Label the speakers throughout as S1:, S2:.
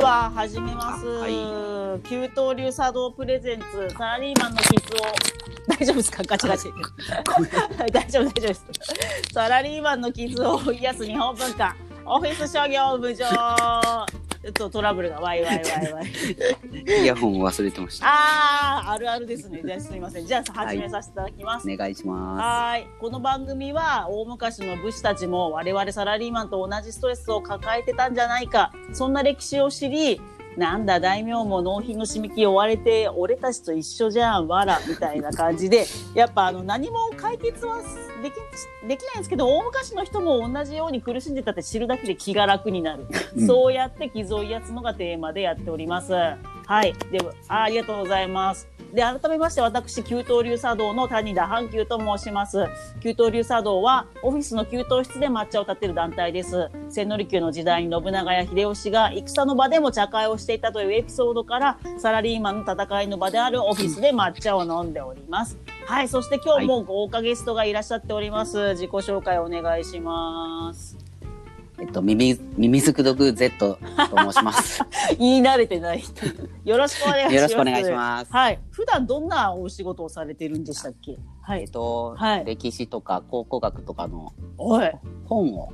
S1: は始めます。
S2: は
S1: 給湯流茶道プレゼンツサラリーマンの傷を 大丈夫ですかガチガチ大丈夫大丈夫ですサラリーマンの傷を癒す日本文化オフィス商業部長ちょっとトラブルがわいわいわいわい
S2: イヤホン忘れてました。
S1: あーあるあるですねじゃあすみませんじゃあ始めさせていただきます
S2: お、願いしま
S1: はい、この番組は大昔の武士たちも我々サラリーマンと同じストレスを抱えてたんじゃないかそんな歴史を知りなんだ大名も納品の締め切り追われて俺たちと一緒じゃんわらみたいな感じで やっぱあの何も解決はできできないんですけど大昔の人も同じように苦しんでたって知るだけで気が楽になる、
S2: うん
S1: そうやって傷を癒すのがテーマでやっております。はい、ではあありがとうございます。で改めまして私給湯流茶道の谷田半球と申します。給湯流茶道はオフィスの給湯室で抹茶を立てる団体です。千利休の時代に信長や秀吉が戦の場でも茶会をしていたというエピソードからサラリーマンの戦いの場であるオフィスで抹茶を飲んでおります。はい、そして今日も豪華ゲストがいらっしゃっております。自己紹介お願いします。
S2: す。えっと、耳、耳すくどく Z と申し ます。
S1: 言い慣れてない 人。よろしくお願いします。
S2: よろしくお願いします。
S1: はい。普段どんなお仕事をされてるんでしたっけは
S2: え
S1: い
S2: っ。と、
S1: はい
S2: 歴史とか考古学とかの
S1: おい。
S2: 本を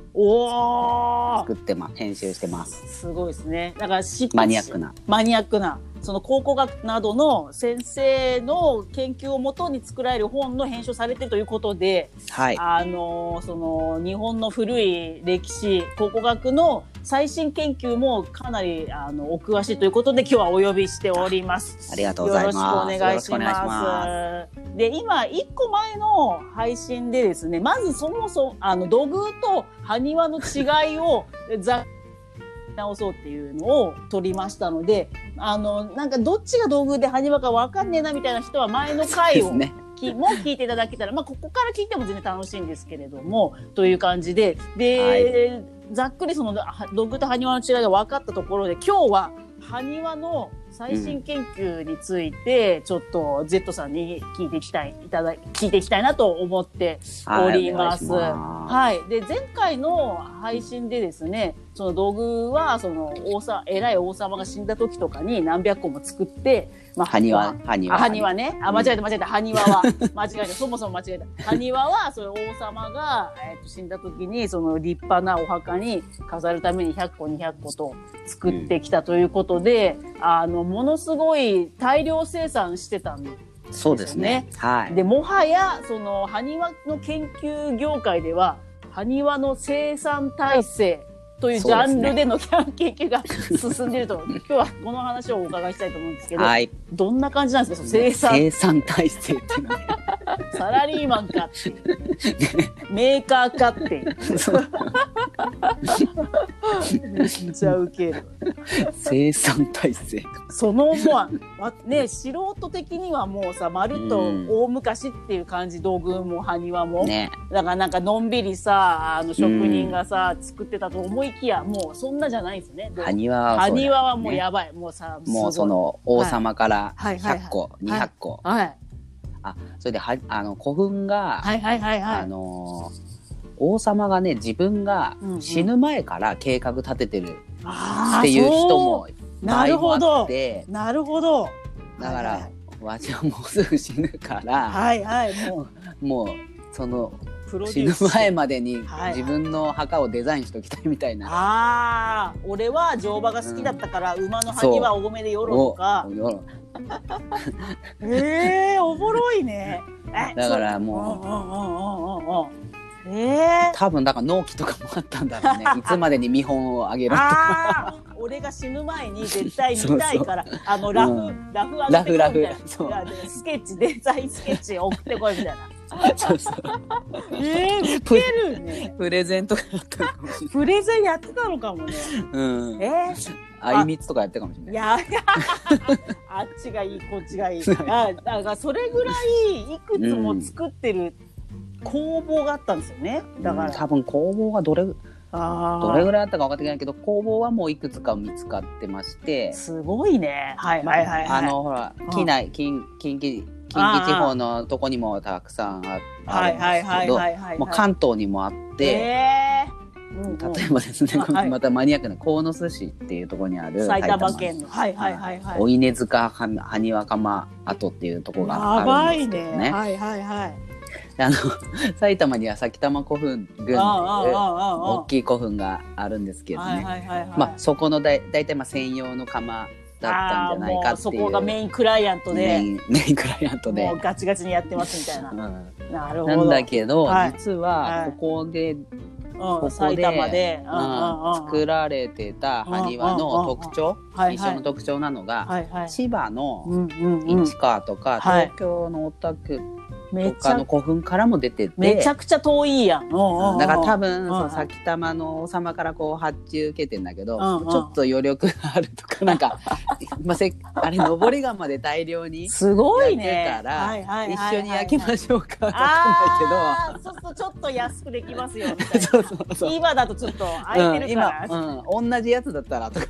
S1: おー
S2: 作ってます。編集してます。
S1: すごいですね。だから執筆
S2: マニアックな。
S1: マニアックな。その考古学などの先生の研究をもとに作られる本の編集をされてるということで、
S2: はい。
S1: あのーその日本の古い歴史考古学の最新研究もかなりあのお詳しいということで今日はお呼びしております。
S2: ありがとうございます
S1: よろしくお願いし
S2: よ
S1: ます。で今一個前の配信でですねまずそもそもあの土偶と埴輪の違いを ざっ直そうっていうのを取りましたのであのなんかどっちが道具で埴輪かわかんねえなみたいな人は前の回
S2: です
S1: を
S2: ね。
S1: きも聞いていただけたら、まあ、ここから聞いても全然楽しいんですけれどもという感じでで、ざっくりそのは道具と埴輪の違いが分かったところで今日は埴輪の最新研究について、ちょっと Z さんに聞いていきたいいただ聞いていきたいなと思っております。
S2: お願いします
S1: はい、で前回の配信でですねその道具はその王さ偉い王様が死んだ時とかに何百個も作って、まあ
S2: 埴輪、埴輪。
S1: あ埴輪ね。あ、
S2: うん
S1: 間違えた間違えた。埴輪 は。間違えた。そもそも間違えた。埴輪は、その王様が、えっと死んだ時に、その立派なお墓に飾るために100個、200個と作ってきたということで、あの、ものすごい大量生産してたんで
S2: そうですね。はい。
S1: で、もはや、その、埴輪の研究業界では、埴輪の生産体制というジャンルでの研究が進んでいる と、今日はこの話をお伺いしたいと思うんですけど、
S2: はい。
S1: どんな感じなんですか、その生産
S2: 生産体制っていう のはね
S1: サラリーマンかっていうメーカーかっていう
S2: そう
S1: めっちゃウケる
S2: 生産体制。
S1: その思わわね素人的にはもうさまるっと大昔っていう感じ道具も埴輪も、
S2: ね。
S1: だからなんかのんびりさあの職人がさ、作ってたと思いきやもうそんなじゃないんですね
S2: 埴輪はそうだよね
S1: 埴輪はもうやばい、もうさすごい
S2: もうその王様から
S1: はいはいはい
S2: 100個、
S1: い
S2: 200個、
S1: はい
S2: あそれではあの古墳が、
S1: はいはいはいは
S2: あ
S1: い
S2: のー王様がね自分が
S1: うんうん
S2: 死ぬ前から計画立ててる
S1: あー
S2: っていう人
S1: そ
S2: も
S1: うなるほ
S2: あっ
S1: ど
S2: て
S1: なるほど
S2: だから、
S1: はい
S2: わしはもうすぐ死ぬから、
S1: はいはいはいもう
S2: もうその
S1: プロデ
S2: 死
S1: ュ
S2: ぬ
S1: ース
S2: 前までに
S1: はい
S2: 自分の墓をデザインしときたいみたいな。
S1: ああ俺は乗馬が好きだったから、馬の埴輪多めでよろとか
S2: およ
S1: ええー、おもろい ねえ
S2: だから
S1: そう
S2: もう
S1: うんうんうんうんうんええ
S2: 多分だから納期とかもあったんだ ろうねいつまでに見本をあげ
S1: ー、
S2: ろとか
S1: ああ俺が死ぬ前に絶対見たいからあのラフ、
S2: う
S1: ラフあ
S2: ラフラ
S1: み
S2: フ
S1: たいな
S2: そう
S1: いやでスケッチデザインスケッチ送ってこいみたいな
S2: そう そう
S1: ええー、ウケるね
S2: プレゼントがあったのかもしれない
S1: プレゼンやってたのかもね
S2: うん
S1: えー、
S2: あいみつとかやってるかもしれない
S1: いやあっちがいいこっちがいい あだからそれぐらいいくつも作ってる工房があったんですよねだから、
S2: うん多分工房がどれど
S1: あー
S2: れぐらいあったか分かってないけど工房はもういくつか見つかってまして、
S1: すごいねはいはいはいはい
S2: あのほら
S1: うん
S2: 機内近近畿近
S1: あー
S2: 畿地方のとこにもたくさんあ
S1: はいはい
S2: あ
S1: は
S2: る
S1: い
S2: んです
S1: はいはいはい
S2: けどもう関東にもあって、
S1: えーうんうん
S2: 例えばですね、
S1: あはい
S2: またマニアックな鴻巣市っていうところにある
S1: 埼玉県の。はいはいはいはい。
S2: お稲塚は埴輪釜跡っていうところ
S1: や
S2: があ
S1: ば
S2: る
S1: い
S2: んですけ
S1: ね。
S2: どね
S1: はいはいはい。
S2: あの埼玉には埼玉古墳群っていう大
S1: ああああ。
S2: きい古墳があるんですけどね、
S1: はいはいはいはい。
S2: まあ、そこのだい大体まあ専用の釜だったんじゃないか
S1: あーも
S2: って
S1: そ
S2: いう
S1: こがメインクライアント
S2: メイ
S1: で、
S2: ン メインクライアントで。
S1: もうガチガチにやってますみたいな
S2: う。ん
S1: なるほ
S2: な
S1: ど。
S2: んだけど、
S1: はい
S2: 実
S1: は
S2: はいここで、
S1: うん
S2: ここで
S1: 埼玉で、うん
S2: うん作られてた埴輪の特徴
S1: うんはいはい
S2: 一緒の特徴なのが、
S1: はいはい。
S2: 千葉の
S1: うんうんうん
S2: 市川とか、
S1: はい
S2: 東京のお宅
S1: めち
S2: とか
S1: ゃ
S2: の古墳からも出てて。
S1: めちゃくちゃ遠いやん。うんうんうん
S2: だから多分、
S1: ん
S2: そう
S1: うん
S2: 埼玉の王様からこう発注受けてんだけど、
S1: うんうん
S2: ちょっと余力があるとかなんか、 まあ、せあれ登り窯で大量に
S1: すごいね。
S2: やってたら
S1: はいはいはいはい
S2: 一緒に焼きましょうかわ
S1: ああー、そうす
S2: か
S1: るとちょっと安くできますよみ
S2: んな
S1: た
S2: い
S1: い
S2: け
S1: な。
S2: どそうそうそう。
S1: 今だとちょっと空いてるから、
S2: うん、今、うん、同じやつだったらとか、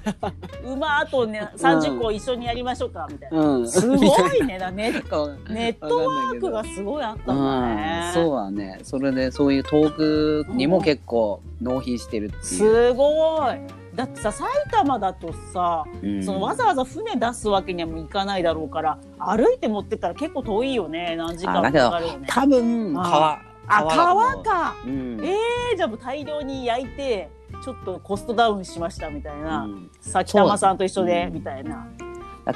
S1: 馬あとね30個一緒にやりましょうかみたいな、
S2: うん、
S1: すごいねだね
S2: い
S1: ネット
S2: ワ
S1: ックがすごいあった
S2: うん
S1: だ
S2: ん
S1: ね、
S2: そうだねそれでそういう遠くにも結構納品してるっていう、
S1: すごいだってさ埼玉だとさ、
S2: うん
S1: そのわざわざ船出すわけにはもういかないだろうから歩いて持ってったら結構遠いよね何時間もかかるよね
S2: 多分川
S1: あ
S2: だと思う
S1: 川か
S2: うん
S1: ええー、じゃあもう大量に焼いてちょっとコストダウンしましたみたいな、
S2: うん
S1: さ北間さんと一緒で、
S2: うん
S1: みたいな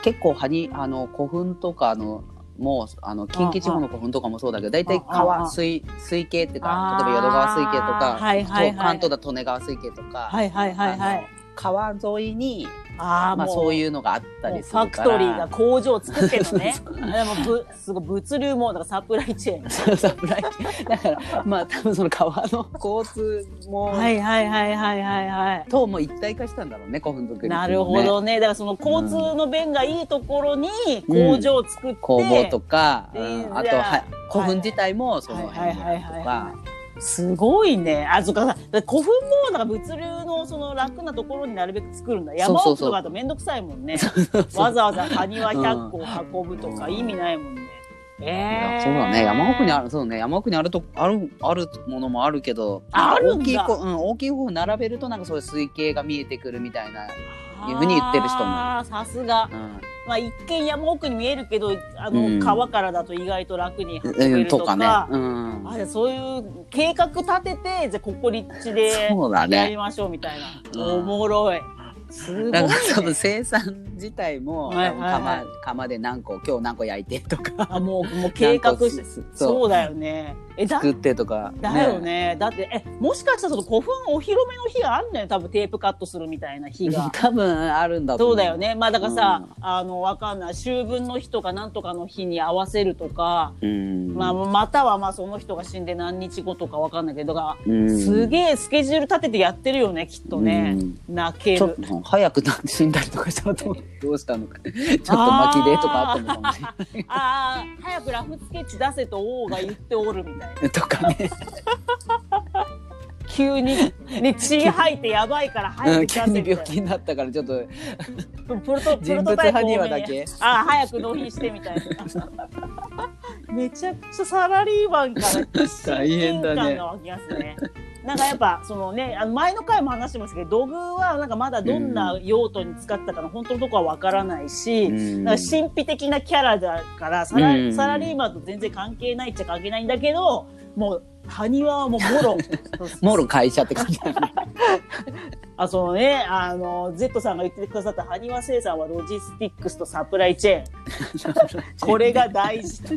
S2: 結構はにあの古墳とかのもうあの近畿地方の古墳とかもそうだけど大体
S1: ああ
S2: 川
S1: あ
S2: 水水系っていうか
S1: あー
S2: 例えば淀川水系とか、
S1: はいはいはい
S2: 関東だと利根川水系とか、
S1: はいはいはいは
S2: あの
S1: い
S2: 川沿いに
S1: ああ
S2: まあ、
S1: も
S2: そういうのがあった
S1: もう
S2: りす
S1: ファ
S2: る
S1: ク
S2: から
S1: トリーが工場を作ってるの ね
S2: そ
S1: でもぶすごい物流もだからサプライチェーン
S2: そうサプライチェーンだからまあ多分その川の交通も、
S1: いはいはいはいはいはい
S2: とも一体化したんだろうね古墳作りっていうのね
S1: なるほどねだからその交通の便がいいところに
S2: うん
S1: 工場を作って、
S2: 工房とか、
S1: で
S2: うん
S1: で
S2: あとは古墳自体もその辺にあると
S1: はいはいはい
S2: か
S1: はすごいねあそっかだから古墳もなんか物流のその楽なところになるべく作るんだ
S2: そう
S1: 山
S2: そう
S1: 奥
S2: そう
S1: とかだと面倒くさいもんねわざわざ埴輪100個運ぶとか
S2: うん
S1: 意味ないもんね、
S2: い
S1: え
S2: や
S1: ー
S2: そうだね山奥にあるそうね山奥にあるとあるあるものもあるけど
S1: あるんだ
S2: 大きいこうん大きい方並べるとなんかそういう水系が見えてくるみたいな、いうふうに言ってる人もいる
S1: あーさすが
S2: うん
S1: まあ、一見山奥に見えるけどあの、
S2: うん
S1: 川からだと意外と楽に運
S2: う
S1: べ
S2: ん、
S1: る
S2: と
S1: とか,、
S2: かね、うん、
S1: あじゃあそういう計画立ててじゃあここ立地で
S2: そうだね
S1: やりましょうみたいな、
S2: うん
S1: おもろいすごい、ね
S2: だから、多分生産自体も、
S1: はい
S2: 多分
S1: はいはい
S2: 釜釜で何個今日何個焼いてとか
S1: あもうもう 計画して
S2: 何個す
S1: そう
S2: そう
S1: だよねえだ
S2: 作ってとか、
S1: だよねだってえもしかしたらその古墳お披露目の日があるんだよ多分テープカットするみたいな日が
S2: 多分あるんだと
S1: そ
S2: 思
S1: うだよ、ねまあだからさ、
S2: う
S1: あのわかんない秋分の日とかなんとかの日に合わせるとか
S2: うん
S1: まあ、またはまあその人が死んで何日後とかわかんないけどが、
S2: うん
S1: すげえスケジュール立ててやってるよねきっとね、泣け
S2: ちょっ
S1: る
S2: と早く死んだりとかしたら どうどうしたのかちょっと巻きでとかあったのかもし
S1: ああ早くラフスケッチ出せと王が言っておるみたいな
S2: れない とかね
S1: 急に、ね、血吐いてやばいから早く
S2: う
S1: 出
S2: ん 急
S1: せみた
S2: に病
S1: い
S2: 気になったからちょっと
S1: なプロトプ
S2: 人
S1: ロ
S2: 物
S1: トタイプ
S2: 埴
S1: 多
S2: 輪
S1: め
S2: だ
S1: に
S2: け
S1: ああ早く納品してみたいなめちゃくちゃサラリーマンから
S2: 大変だね
S1: 親近感が湧きますねなんかやっぱそのねあの前の回も話してましたけど土偶はなんかまだどんな用途に使ったかの本当のとこはわからないし、
S2: うん
S1: なんか神秘的なキャラだからサラ,、
S2: うん
S1: サラリーマンと全然関係ないっちゃ関係ないんだけどもう埴輪はもうもろ
S2: もろ会社って感じだね
S1: あそのねあの Z さんが言ってくださった埴輪生産はロジスティックスとサプライチェーン これが大事 と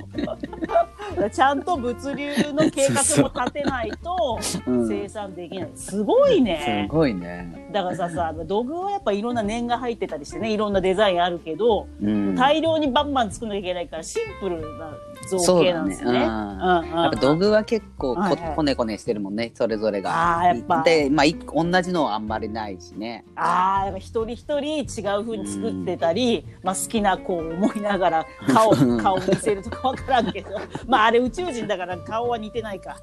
S1: ちゃんと物流の計画も立てないと
S2: うん
S1: 生産できないすごいね
S2: すごいね、
S1: だからささ土偶はやっぱいろんな年が入ってたりしてねいろんなデザインあるけど
S2: うん、やっ
S1: 大量にバンバン作んなきゃいけないからシンプルな造
S2: そう
S1: 形
S2: だ
S1: なん
S2: ね
S1: ですよね。
S2: うん
S1: うんうん
S2: ぱ道具は結構こ,、
S1: はいはい
S2: こねこねしてるもんねそれぞれが
S1: あーやっぱ
S2: で、まあ、い同じのはあんまりないしね
S1: ああ、やっぱ一人一人違う風に作ってたり、まあ好きな子を思いなが ら顔、
S2: うん
S1: 顔見せるとかわからんけど、 まああれ宇宙人だから顔は似てないか。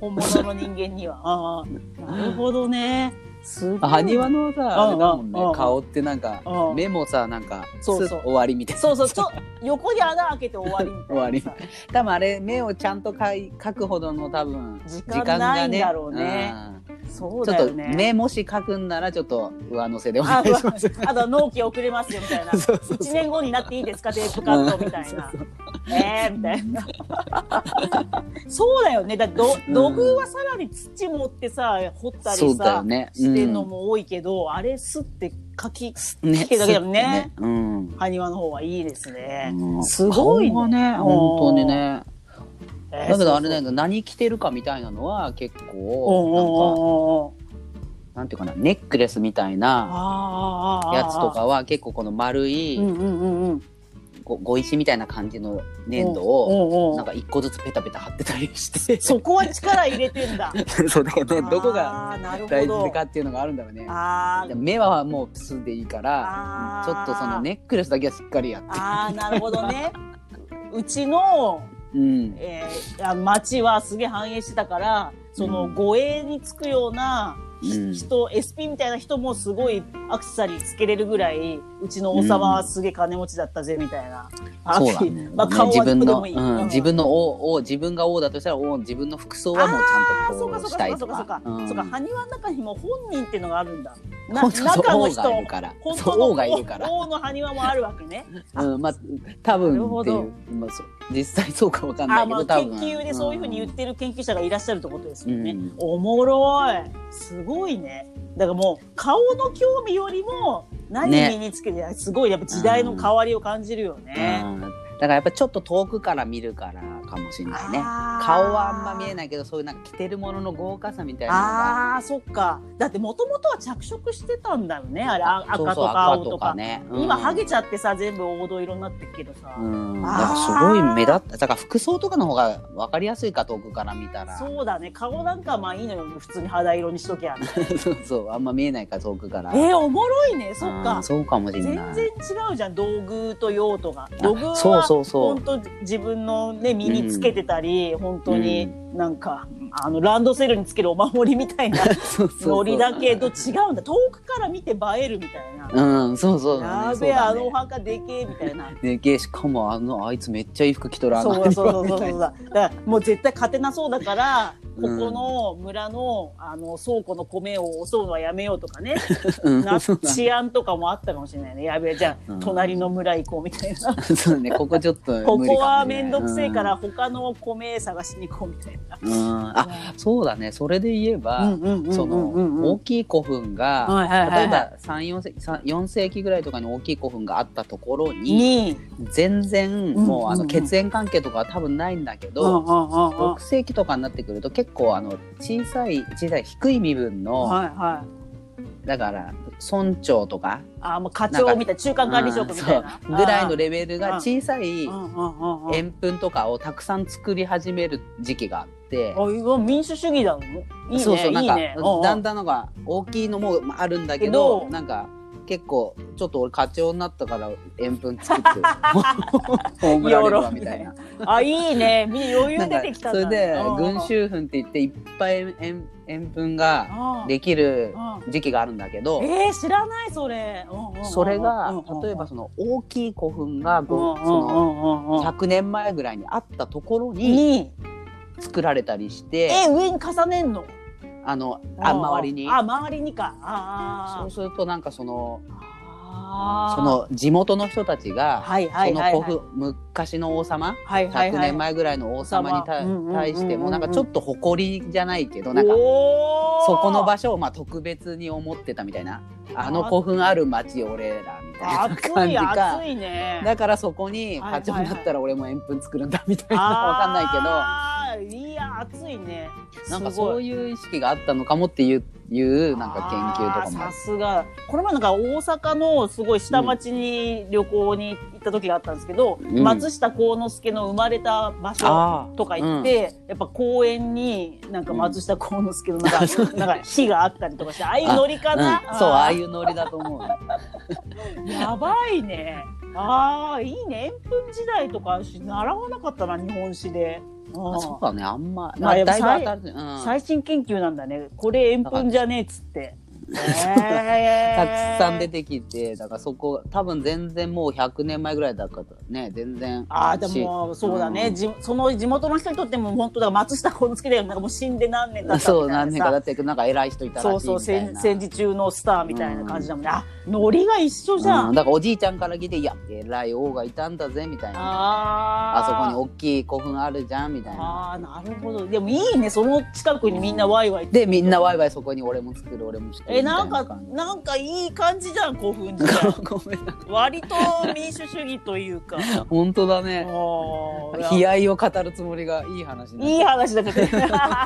S1: 本物の人間には。ああ、なるほどね。すごい。
S2: 埴輪のさあれだもん
S1: うんうんう
S2: ね
S1: ん
S2: 顔ってなんか
S1: うん
S2: 目もさなんかス
S1: そうそう
S2: ッと終わりみたいな
S1: そうそう、ちょ、横に穴開けて終わりみたいなさ。
S2: 終わ多分あれ目をちゃんとかい描くほどの多分
S1: 時間ないんだろうね
S2: うん
S1: そう
S2: ちょっ
S1: だよ
S2: と
S1: ね。
S2: 目もし書くんならちょっと上乗せでお願いします。
S1: あとは納期遅れますよみたいな。
S2: そうそう
S1: 一
S2: そう
S1: 年後になっていいですかテープカットみた いな
S2: うん。
S1: えー、みたいな。 そうだよね。だってど土偶はさらに土持ってさ掘った
S2: そ
S1: り
S2: うだ
S1: さ、
S2: よね。
S1: してんのも多いけど、あれすって書き
S2: うんね
S1: 聞けだけだもんね。
S2: うん。
S1: 埴輪の方はいいですね。
S2: うん
S1: すごいね
S2: 顔がね、本当にね。
S1: えー
S2: だけどあれだ
S1: そう
S2: よ、何着てるかみたいなのは結
S1: そうおうおう
S2: 構、
S1: おうおう
S2: なんか、なんていうかな、ネックレスみたいな
S1: あーあーあーあー
S2: やつと。かは結構この丸い
S1: うんうんうんうん。
S2: ごご石みたいな感じの粘土
S1: おう
S2: を、
S1: おう
S2: なんか一個ずつペタペタ貼ってたりして。
S1: そこは力入れてんだ。
S2: そうだよね、 どこが
S1: あーなる
S2: 大
S1: ほ
S2: 事
S1: ど
S2: か。っていうのがあるんだろうね。
S1: あー
S2: でも目はもうプスでいいか
S1: あ
S2: ら
S1: ー
S2: ちょっとそのネックレスだけはしっかりやって
S1: あーなるほどね。うちの、
S2: うん
S1: えー、あ町はすげえ繁栄してたからその
S2: うん
S1: 護衛につくような
S2: うん
S1: 人、SP みたいな人もすごいアクセサリーつけれるぐらいうちの王様はすげえ金持ちだったぜみたいな。あ
S2: そうだね
S1: まあ顔
S2: 自
S1: はど
S2: 分
S1: こで
S2: の
S1: もいい。
S2: うん自分の王王自分が王だとしたら王自分の服装はもうちゃ
S1: あ
S2: ん
S1: ーそ
S2: と
S1: う
S2: こ
S1: か
S2: う
S1: そう
S2: したい
S1: かそ
S2: と
S1: う
S2: か
S1: か。そうかそうか。埴輪の中にも本人っていうのがあるんだ。な
S2: そうそうそう
S1: 中の
S2: 王
S1: 人
S2: がいるから
S1: 本
S2: そ
S1: 当
S2: う
S1: の
S2: 王がいるから
S1: 王の埴輪もあるわけね。
S2: うんまあ多
S1: なる
S2: 分っ
S1: ほ
S2: てい
S1: ど
S2: うまあそう実際そうかわかんな
S1: あ
S2: いけ
S1: まあ
S2: ど
S1: 研
S2: 多分
S1: 究でそういうふうに言ってる研究者がいらっしゃるってことですよね。
S2: うん
S1: おもろいすごいね。だからもう顔の興味よりも何
S2: ね
S1: 身につけて、すごいやっぱ時代の変わりを感じるよね。
S2: うんだからやっぱちょっと遠くから見るからかもしれないね顔はあんま見え
S1: い。
S2: ないけどそういうなんか着てるものの豪華さみたいなのが
S1: あーそっか。だってもともとは着色してたんだよね。あれあ赤と
S2: そうそう
S1: か青とか。
S2: ね、
S1: 今ハゲ
S2: ち
S1: ちゃってさ全部黄土色になってるけどさ。
S2: うん、だ
S1: あー
S2: からすごい目立っただから服装とかの方が分かりやすいか遠くから見たら
S1: そうだね顔なんかまあいいのよ普通に肌色にしときゃ。
S2: そうそうあんま見えないから遠くから
S1: えー、おもろいねそっ
S2: う
S1: か
S2: ん。そうかもしれ
S1: 全
S2: ない
S1: 然違うじゃん道具と用途が
S2: あ
S1: 土偶は
S2: そうそうそう
S1: 本当自分のね身につけてたり、本当に
S2: う
S1: なんかあのランドセルにつけるお守りみたいな
S2: そうそうそう
S1: ノリだけど違うんだ遠くから見て映えるみたいな。
S2: うんそうそうだ
S1: や
S2: ね
S1: べえ、あの
S2: そう
S1: お
S2: だね
S1: 墓でけえみたいな。
S2: でけえしかもあのあいつめっちゃいい服着とるあ
S1: そ
S2: の
S1: うそうそうそうそうだ。からもう絶対勝てなそうだから、こ
S2: うん
S1: この村のあの倉庫の米を襲うのはやめようとかね。
S2: うん
S1: な
S2: そうだ
S1: 治安とかもあったかもしれないね。やべえじゃ
S2: うん
S1: ん、隣の村行こうみたいな。
S2: そうだねここちょっと無理か
S1: こ
S2: もしれない
S1: こはめんどくせえから他の米探しに行こうみたいな。
S2: うん、うんあそうだねそれで言えば、その大きい古墳が、
S1: はいはいはいはい
S2: 例えば34世紀さん4世紀ぐらいとかに大きい古墳があったところに
S1: に、
S2: 全然もう、
S1: うん
S2: あ
S1: うんう
S2: の
S1: ん
S2: 血縁関係とかは多分ないんだけ
S1: うんうんうんう
S2: ど、
S1: ん
S2: 6世紀とかになってくると結構あの小さい小さい低い身分の、
S1: はいはい。
S2: だから村長とか
S1: あもう課長みたいな中間管理職みたいな
S2: うんそうぐらいの
S1: レ
S2: レベルが小さい
S1: うんうんうんうん。
S2: 円墳とかをたくさん作り始める時期があって。
S1: あいや民主主義だもん。いい
S2: そう
S1: ね
S2: そう
S1: い
S2: なん
S1: い
S2: か
S1: ね。
S2: だん
S1: だ
S2: だんのが大きいのもまああるんだけ
S1: け
S2: ど
S1: ど
S2: なんか結構ちょっと俺課長になったから円分作って 葬られるわみたいな
S1: あいいねみ余裕
S2: なん
S1: 出
S2: か
S1: てきた
S2: そ
S1: んだ
S2: れで群
S1: うん
S2: 衆墳って言っていっぱい円円分が
S1: うん
S2: できる
S1: う
S2: 時期があるんだけど
S1: んえー知らないそれ。うんうんうん
S2: それが
S1: うんうんうん
S2: 例えばその大きい古墳が
S1: うん
S2: ご
S1: う
S2: その
S1: んうんうんうん
S2: 100年前ぐらいにあったところに
S1: に
S2: 作られたりして
S1: え上に重ねんの。
S2: あのあ周りに
S1: あ周りにか。あ
S2: そう
S1: ー
S2: するとなんかその
S1: あー。
S2: その地元の人たちが、
S1: はいはいはいは
S2: その
S1: い。
S2: 古墳昔の王様
S1: はいはい
S2: 100
S1: はい。
S2: 年前ぐらいの王様にた
S1: 王様うんうんうんうん
S2: 対してもなんかちょっと誇りじゃないけどなんか
S1: おー
S2: そこの場所をまあ特別に思ってたみたいなあの古墳ある町俺らみたいな感
S1: 暑
S2: じ
S1: い
S2: か
S1: 暑いね。
S2: だからそこ
S1: はいは
S2: に
S1: いは
S2: 課
S1: い
S2: 長になったら俺も円墳作るんだみたいなわかんない
S1: けど。いや暑いね。
S2: いけどなんか
S1: すごい
S2: そういう意識があったのかもっていういうなんか研究とかもあ
S1: あーさ
S2: る
S1: すがこの前なんか大阪のすごい下町に旅行に行った時があったんですけど、
S2: うん
S1: 松下幸之助の生まれた場所
S2: あ
S1: とか行って、やっぱ公園になんか松下幸之助の なんか,、なんか火があったりとかしてああいうノリかな、
S2: ー、うん、そうああいううノリだ と思う
S1: やばいねああいいね円墳時代とか習わなかったな日本史で。あ
S2: あ
S1: ー
S2: そうだねあんま、
S1: まあ
S2: だいぶ
S1: やっぱ
S2: 当たる、うん、
S1: 最新研究なんだねこれ円墳じゃねえっつってえ
S2: たくさん出
S1: て
S2: てきてだからそこ多分全然もう100年前ぐらいだからね全然
S1: ああでもそうだね、
S2: うん
S1: じその地元の人にとっても本当だから松下幸之助だよなんかもう死んで何年だったみたいなさ
S2: そう何年かだってなんか偉い人いたらしい
S1: そ
S2: み
S1: うそう
S2: たい
S1: 戦
S2: な
S1: 戦時中のスターみたいな感じだもんね、あノリが一緒じゃん、
S2: うんだからおじいちゃんから聞いて「いや偉い王がいたんだぜ」みたいな「
S1: あ
S2: あそこ
S1: に
S2: に大きい古墳あるじゃん」みたいな
S1: あーなるほどでもいいねその近くにみんなワイワイ、
S2: でみんなワイワイそこに俺も作る俺も作る
S1: えなんか
S2: みたい
S1: なんかいい感じじゃん興奮じゃ
S2: な感
S1: ん
S2: じ ごめんなさ
S1: 割と民主主義というか
S2: い本当だね
S1: も う
S2: 悲哀を語るつもりがいい話になっ
S1: いい話だけど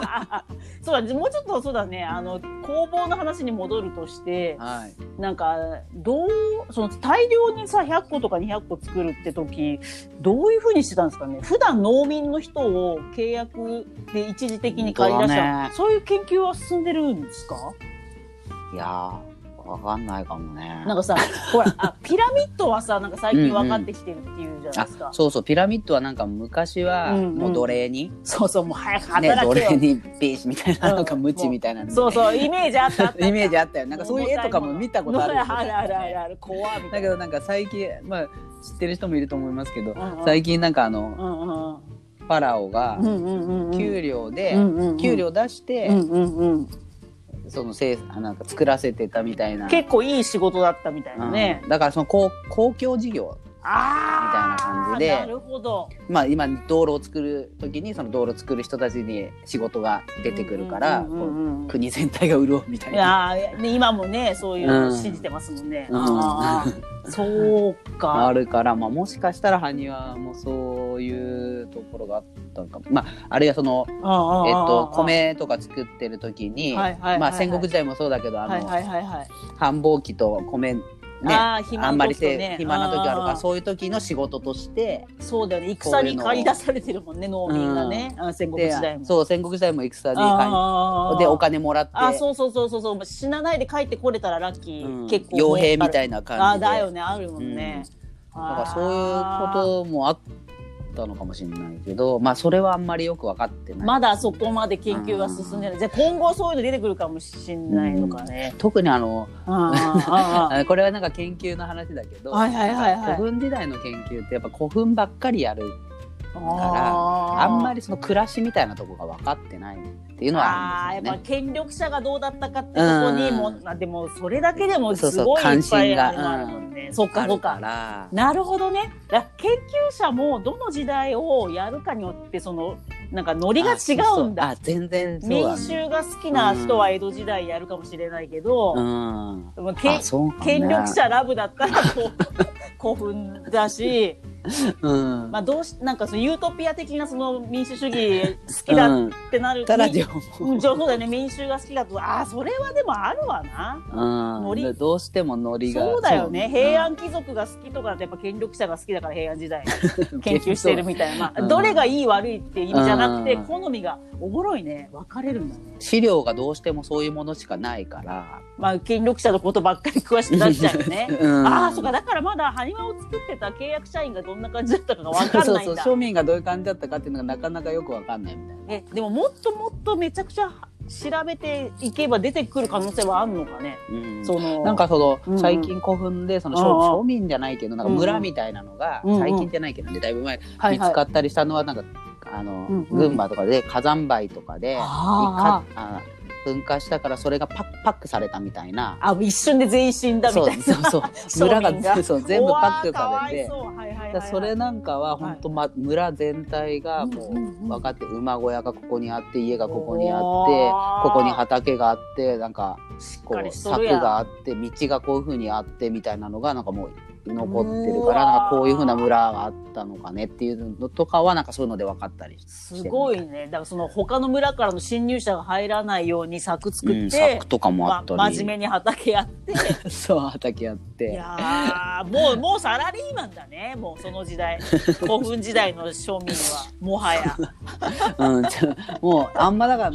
S1: そうだもうちょっとそうだねあの工房の話に戻るとして
S2: たはい
S1: なんかどうその大量にさ100個とか200個作るって時どういうふうにしてたんですかね普段農民の人を契約で一時的に借り出し
S2: 本当
S1: た、
S2: だね
S1: そういう研究は進んでるんですか
S2: いやーわかんないかもね
S1: なんかさほら あピラミッドはさなんか最近分かってきてるっていうじゃない
S2: あ
S1: ですか、
S2: そうそうピラミッドはなんか昔は
S1: うんうん
S2: もう奴隷に、
S1: そうそうもう早く
S2: ね奴
S1: 働けよ、
S2: 隷にビーチみたいな
S1: うん
S2: なんかムチみたいな、
S1: そうそうイメージあったあった
S2: イメージあ ったよなんかそういう絵とかも見たことあるよ ね
S1: あるあるあるある怖いみた
S2: だ
S1: い
S2: け
S1: な
S2: どなんか最近まあ知ってる人もいると思いますけど、
S1: うんうん
S2: 最近なんかあの
S1: うんうん
S2: ファラオが
S1: うんうんうんうん
S2: 給料で、
S1: うんうんうん
S2: 給料出して、
S1: うんうんうん
S2: そのせいあなんか作らせてたみたいな。
S1: 結構いい仕事だったみたいなね、
S2: うんだからその公公共事業
S1: ああ
S2: みたいな
S1: な
S2: 感じで
S1: るほど
S2: まあ今道路を作る時にその道路を作る人たちに仕事が出てくるから、
S1: うんうん
S2: こ
S1: うんうん
S2: う国全体が潤うみたい
S1: い
S2: な。
S1: やーね今もねそういうの信じてますもんね、
S2: うん
S1: あ ーそう
S2: あ
S1: か
S2: るから、まあ、もしかしたら埴輪もそういうところがあったのかも、まあ、あるいはその、
S1: えっ
S2: えっと、米とか作ってる時に、
S1: はいはいはいはい
S2: まあ、戦国時代もそうだけどあの、
S1: はいはいはいはい
S2: 繁忙期と米ねあ
S1: あー
S2: んまり
S1: 暇な時と
S2: せ暇な時あるか
S1: あ
S2: ら
S1: ー
S2: そういう時の仕事として
S1: そうだよね戦に駆り出されてるもんね農民がね、あ戦国
S2: で
S1: 時代も
S2: そう戦国時代も戦に関
S1: あー
S2: でお金もらって
S1: あそうそうそうそうそう死なないで帰ってこれたらラッキー、
S2: うん
S1: 結構
S2: 傭兵み
S1: い
S2: たいな
S1: あ
S2: 感
S1: ー
S2: じで
S1: だよねあるもんね、
S2: だ
S1: あ
S2: からそ
S1: う
S2: う
S1: こ
S2: いうこともあったのかもしれないけどまあそれはあんまりよく分かってない。
S1: まだそこまで研究が進んでないじゃあ今後そういうの出てくるかもしれないのかね、
S2: 特にあの
S1: あーあーあー
S2: あこれはなんか研究の話だけど、
S1: はいはいはいはい
S2: なんか古墳時代の研究ってやっぱ古墳ばっかりやる
S1: あ
S2: あんま
S1: り
S2: りその暮らしみたいなところが分かってないっていうのは
S1: あ
S2: あ
S1: ー
S2: る
S1: やっ
S2: んですよ
S1: ぱ
S2: ね。
S1: 権力者がどうだったかってとこにも、
S2: うん
S1: まあでもそれだけでもす
S2: そうそう
S1: ごいいっぱい
S2: 関心が
S1: あるのあるもんねそっか
S2: あ
S1: そ
S2: る
S1: っか
S2: から
S1: なるほどね。だ研究者もどの時代をやるかによってそのなんかノリが違うんだ。
S2: あそうそうあ全然そうだ
S1: 民
S2: ね
S1: 衆が好きな人は江戸時代やるかもしれないけど、
S2: うん
S1: でもけ
S2: あそうかね
S1: 権力者ラブだったらこう 古墳だし、
S2: うん
S1: まあどうしなんかそのユートピア的なその民主主義好きだっ
S2: うん
S1: てなる
S2: ただ
S1: み
S2: 情報
S1: うんそうだよね民衆が好きだとああそれはでもあるわな。ノ
S2: うん
S1: リ
S2: でどうしてもノリが
S1: そうだよね平安貴族が好きとかだとやっぱ権力者が好き だから平安時代。研究してるみたいな、まあ
S2: うん
S1: どれがいい悪いって意味じゃなくて
S2: うん
S1: 好みがおもろいね分かれるんだね
S2: 資料がどうしてもそういうものしかないから、
S1: まあ権力者のことばっかり詳しくなっちゃうよね
S2: うん
S1: ああそうかだからまだ埴輪を作ってた契約社員がどんな感じだったかが分
S2: そう
S1: かん
S2: そう
S1: ない
S2: そ
S1: ん
S2: う
S1: だ
S2: 庶民がどういう感じだったかっていうのがなかなかよくわかんないみたいな
S1: えでももっともっとめちゃくちゃ調べていけば出てくる可能性はあるのかね、
S2: うん
S1: その
S2: なんかそ
S1: うんうん
S2: の最近古墳でその
S1: ああ
S2: 庶庶民じゃないけどなんか村みたいなのが
S1: うんうん
S2: 最近じゃないけどねだいぶ前
S1: はい
S2: 見
S1: はい
S2: つかったりしたのはなんかあ
S1: う
S2: の
S1: んうん
S2: 群馬とかで火山灰とかで
S1: あ
S2: いかあ噴火したからそれがパッパックされたみたいな
S1: あ一瞬で全員死んだみたい
S2: そう
S1: な
S2: そうそう 村
S1: 庶民が
S2: が そう全部パック
S1: うわーか
S2: さ
S1: わ
S2: れ
S1: い
S2: て
S1: そうはいはいはいは
S2: だから
S1: い
S2: それなんかは本当、ま村全体がも
S1: うんうんうん
S2: う分かって馬小屋がここにあって家がここにあって
S1: おー
S2: ここに畑があってなんかこ
S1: かり
S2: う
S1: しとる
S2: 柵
S1: やん
S2: があって道がこういうふうにあってみたいなのがなんかもう残ってる
S1: うわー
S2: からなんかこういうふうな村があったのかねっていうのとかはなんかそういうので分かったりして
S1: すごいね。だからその他の村からの侵入者が入らないように柵作
S2: う
S1: って、
S2: ん、柵とかもあ
S1: ま
S2: ったり、
S1: 真面目に畑やって。
S2: 目そう畑あっ
S1: い
S2: て
S1: やーもうもうサラリーマンだね。もうその時 代、古墳時代の庶民はもはや。
S2: うん、ちょもうあんまだか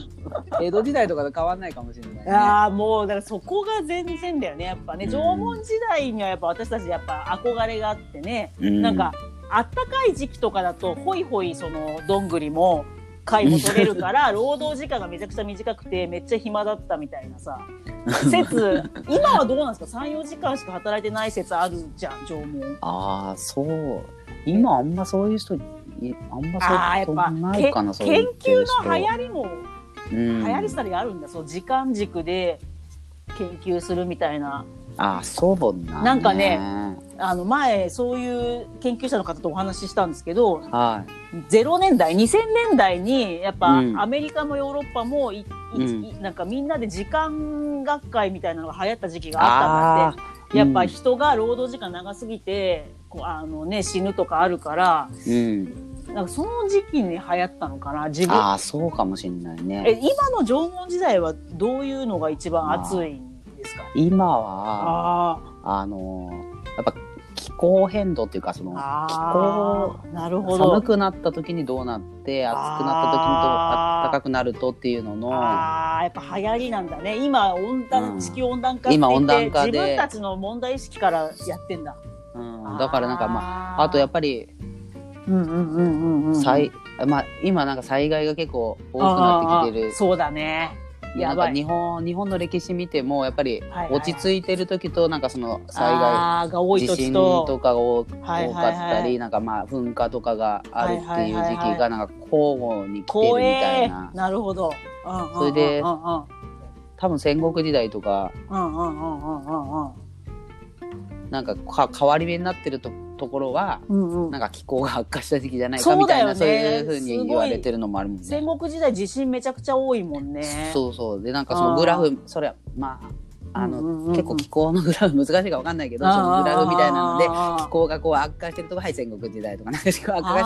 S2: ら江戸時代とかと変わんないかもしれない、
S1: い
S2: ね、
S1: やーもうだからそこが全然だよね。やっぱね
S2: うん
S1: 縄文時代にはやっぱ私たちやっぱ憧れがあってね。
S2: うん
S1: なんかあったかい時期とかだとほいほいそのどんぐりも回も取れるから 労働時間がめちゃくちゃ短くてめっちゃ暇だったみたいな さ説今はどうなんですか34時間しか働いてない説あるじゃん縄文。
S2: ああ、そう。今あんまそういう人、いあんま
S1: ああ
S2: そうい
S1: や
S2: う
S1: っ
S2: 人
S1: ぱ
S2: ない
S1: け
S2: かな、そう
S1: 研
S2: 言って
S1: 究
S2: る人
S1: の流行りも
S2: うん
S1: 流行りしたりあるんだ、そう時間軸で研究するみたいな
S2: あ、そうな。
S1: なんかね。あの前そういう研究者の方とお話ししたんですけど
S2: はい。
S1: 0年代2000年代にやっぱ
S2: うん
S1: アメリカもヨーロッパもい、い
S2: うん
S1: いなんかみんなで時間学会みたいなのが流行った時期があったんだ
S2: あ
S1: って。
S2: ー
S1: やっぱ
S2: うん
S1: 人が労働時間長すぎて、こうあのね、死ぬとかあるから
S2: あ、うん。
S1: なんかその時期に流行ったのかな自分
S2: ああ、そうかもしれない
S1: え
S2: ね。
S1: 今の縄文時代はどういうのが一番熱いんですか
S2: 今は、
S1: あ
S2: あのー、やっぱ気候変動っていうか、その
S1: ー、
S2: 気
S1: あ
S2: 候
S1: ーなるほど
S2: 寒くなった時にどうなって、暑くなった時にどう
S1: あー
S2: 暖かくなるとっていうのの、
S1: あーやっぱ流行りなんだね今温暖、
S2: うん
S1: 地球温暖化って言っ
S2: 今
S1: て
S2: 温暖化で
S1: 自分たちの問題意識からやってんだ、
S2: うん、だからなんかま
S1: ま
S2: あ、あとやっ
S1: ぱ
S2: ぱり、
S1: うんうんうんうんうん
S2: 災まあ、今なんか災害が結構多くなってきて
S1: あーあー
S2: る
S1: そうだねや
S2: なん
S1: ば
S2: か
S1: い
S2: 日本日本の歴史見てもやっぱり
S1: はいはい
S2: 落ち着いてる時となんかその災害
S1: あーが多い
S2: 地
S1: 時
S2: 震
S1: と
S2: とかが多多
S1: はいはい
S2: か
S1: はい
S2: ったりなんかまあ噴火とかがあるっていう
S1: はいはいは
S2: 時
S1: いはい
S2: 期がなんか交互に来てるみ
S1: 怖
S2: た
S1: え
S2: いな
S1: ーなるほど、うんうんうんうんうん、
S2: それで
S1: うんうん
S2: 多分戦国時代とか
S1: うんうんうんうんうん
S2: なんかか変わり目になってるとところは
S1: うんうん
S2: なんか気候が悪化した時期じゃないかみたいな
S1: そ
S2: そうう,、
S1: だよね
S2: いうふうに言われてるのもあるもんね。
S1: 戦国時代地震めちゃくちゃ多いもんね。
S2: そうそうでなんかそのグラ
S1: あ
S2: フそれはまああの、
S1: うんうんうん
S2: 結構気候のグラフ難しいからわかんないけど
S1: あー
S2: そのグラフみたいなので
S1: あーあー
S2: 気候がこう悪化してるとこはい戦国時代とかなんか気候悪化してるところが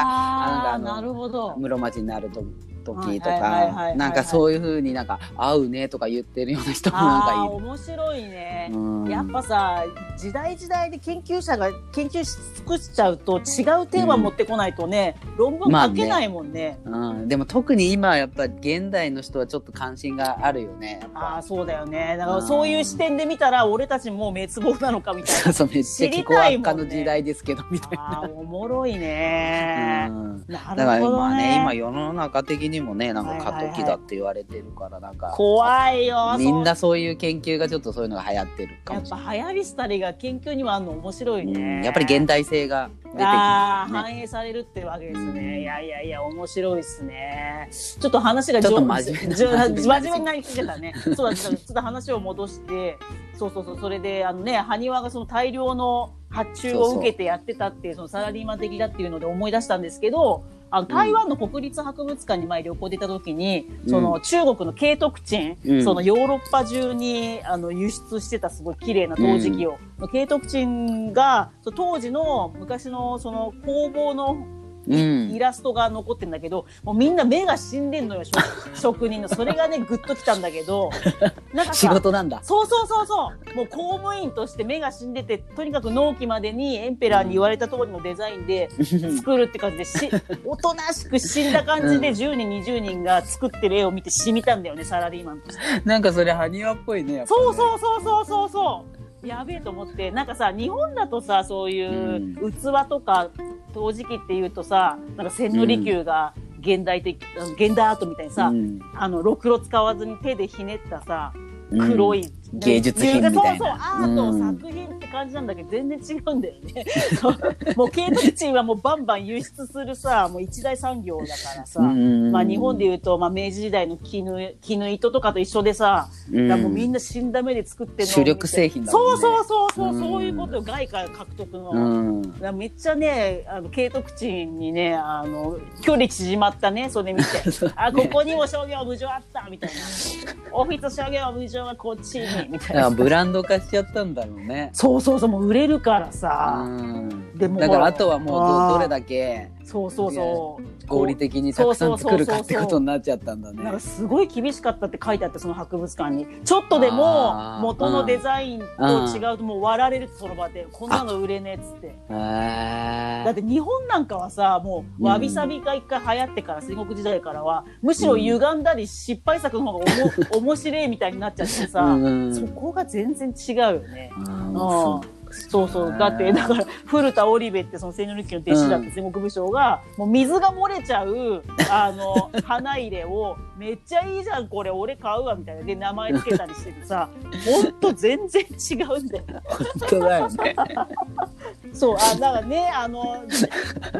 S1: あ
S2: あ
S1: ー
S2: の
S1: なるほど。
S2: 室町になると時と
S1: はいはいはいはいは
S2: か
S1: い
S2: なんかそういうふうになんか合うねとか言ってるような人もなん
S1: ああ
S2: かいる。
S1: 面白いね。
S2: うん
S1: やっぱさ時代時代で研究者が研究し尽くしちゃうと違うテーマ持ってこないとね、論文
S2: まあ
S1: 書
S2: ね
S1: けないもんね。
S2: うん、でも特に今やっぱ現代の人はちょっと関心があるよね。やっ
S1: ああ
S2: ぱ
S1: そうだよね。だか
S2: う
S1: ら
S2: ん
S1: そういう視点で見たら俺たちもう滅亡なのかみたい
S2: そうそうめっちゃ気候悪化の時代ですけどみたい
S1: な。ああおもろいね
S2: な。。うん
S1: な
S2: だから
S1: るほ
S2: ま
S1: ど
S2: あね
S1: ね。
S2: 今世の中的にもねなんか過渡期だって言われてるからなんか
S1: 怖いよ。
S2: みんなそういう研究がちょっとそういうのが流行ってるか
S1: や
S2: も
S1: っ
S2: しれ
S1: ぱ流行りしたりが研究にはあるの面白い
S2: な
S1: ね。
S2: い。やっぱり現代性が出てき
S1: ああ、
S2: ね
S1: 反映されるってわけですね。
S2: うん
S1: いやいやいや、面白いですね。ちょっと話が
S2: ちょっと真面目な
S1: じょ真面目になりきってたね。そうだ、ちょっと話を戻して、そうそうそう、それで、あのね、埴輪がその大量の発注を受けてやってたっていう、そのサラリーマン的だっていうので思い出したんですけど、あの台湾の国立博物館に前旅行で行った時に、
S2: うん
S1: その中国の慶徳鎮、
S2: うん
S1: そのヨーロッパ中にあの輸出してたすごい綺麗な陶磁器を、慶徳鎮がそう当時の昔のその工房の
S2: うん
S1: イラストが残ってんだけど、もうみんな目が死んでんのよ職 職人のそれがねグッときたんだけどなんか
S2: 仕
S1: さ
S2: 事なんだ。
S1: そうそうそうそうもう公務員として目が死んでてとにかく納期までにエンペラーに言われた通りのデザインで作るって感じで しおとなしく死んだ感じで
S2: うん
S1: 10人20人が作ってる絵を見てしみたんだよねサラリーマンとして
S2: なんかそれ埴輪っぽいね。
S1: そう
S2: う。
S1: そうそうそうそうそうやべえと思ってなんかさ日本だとさそういうう器とか陶磁器っていうとさなんか千利休が現代的、あの現代アートみたいにさ、
S2: うん
S1: あのろくろ使わずに手でひねったさ黒い、
S2: 芸術品みたいな
S1: そうそうアート、作品って感じなんだけど全然違うんだよねそうもう経済チはもうバンバン輸出するさもう一大産業だからさ、まあ、日本でいうと、まあ、明治時代の絹絹糸とかと一緒でさ、
S2: 言
S1: だからもうみん
S2: な
S1: な死んだ目で作ってんのを見て
S2: 主力製品だもん
S1: そ
S2: ね
S1: うそうそうそう、
S2: うん
S1: そういうこと外貨獲得の、
S2: う
S1: だか
S2: ん
S1: らめっちゃねあの慶徳鎮にねあの距離縮まったねそれ見て あここにも商業部長あったみたいなオフィス商業部長はこっちにみたい
S2: な
S1: な
S2: んかブランド化しちゃったんだろうね。
S1: そうそうそうもう売れるからさ、
S2: うん
S1: でも
S2: だからあとはもう
S1: あー
S2: どどれだけ
S1: そうそうそう
S2: 合理的にたくさん作るかってことになっちゃったんだね
S1: なん。かすごい厳しかったって書いてあってその博物館にちょっとでも
S2: あー
S1: 元のデザインと違うともう割られるってその場でこんなの売れねえっつって
S2: へ
S1: だ
S2: ー
S1: って日本なんかはさもうわびさびが一回流行ってから戦国時代からはむしろ歪んだり失敗作の方が おも面白いみたいになっちゃってさ
S2: うんうん
S1: そこが全然違うよね。
S2: あー
S1: うん
S2: もう
S1: そうそう。だって、
S2: うん
S1: だから、古田織部ってその千利休の弟子だった戦国武将が、もう水が漏れちゃう、あの、 花入れを、めっちゃいいじゃん、これ俺買うわ、みたいな。で、名前つけたりしててさ、ほんと全然違うんだよ。
S2: 本当だよね。
S1: そう、あ、だからね、あの、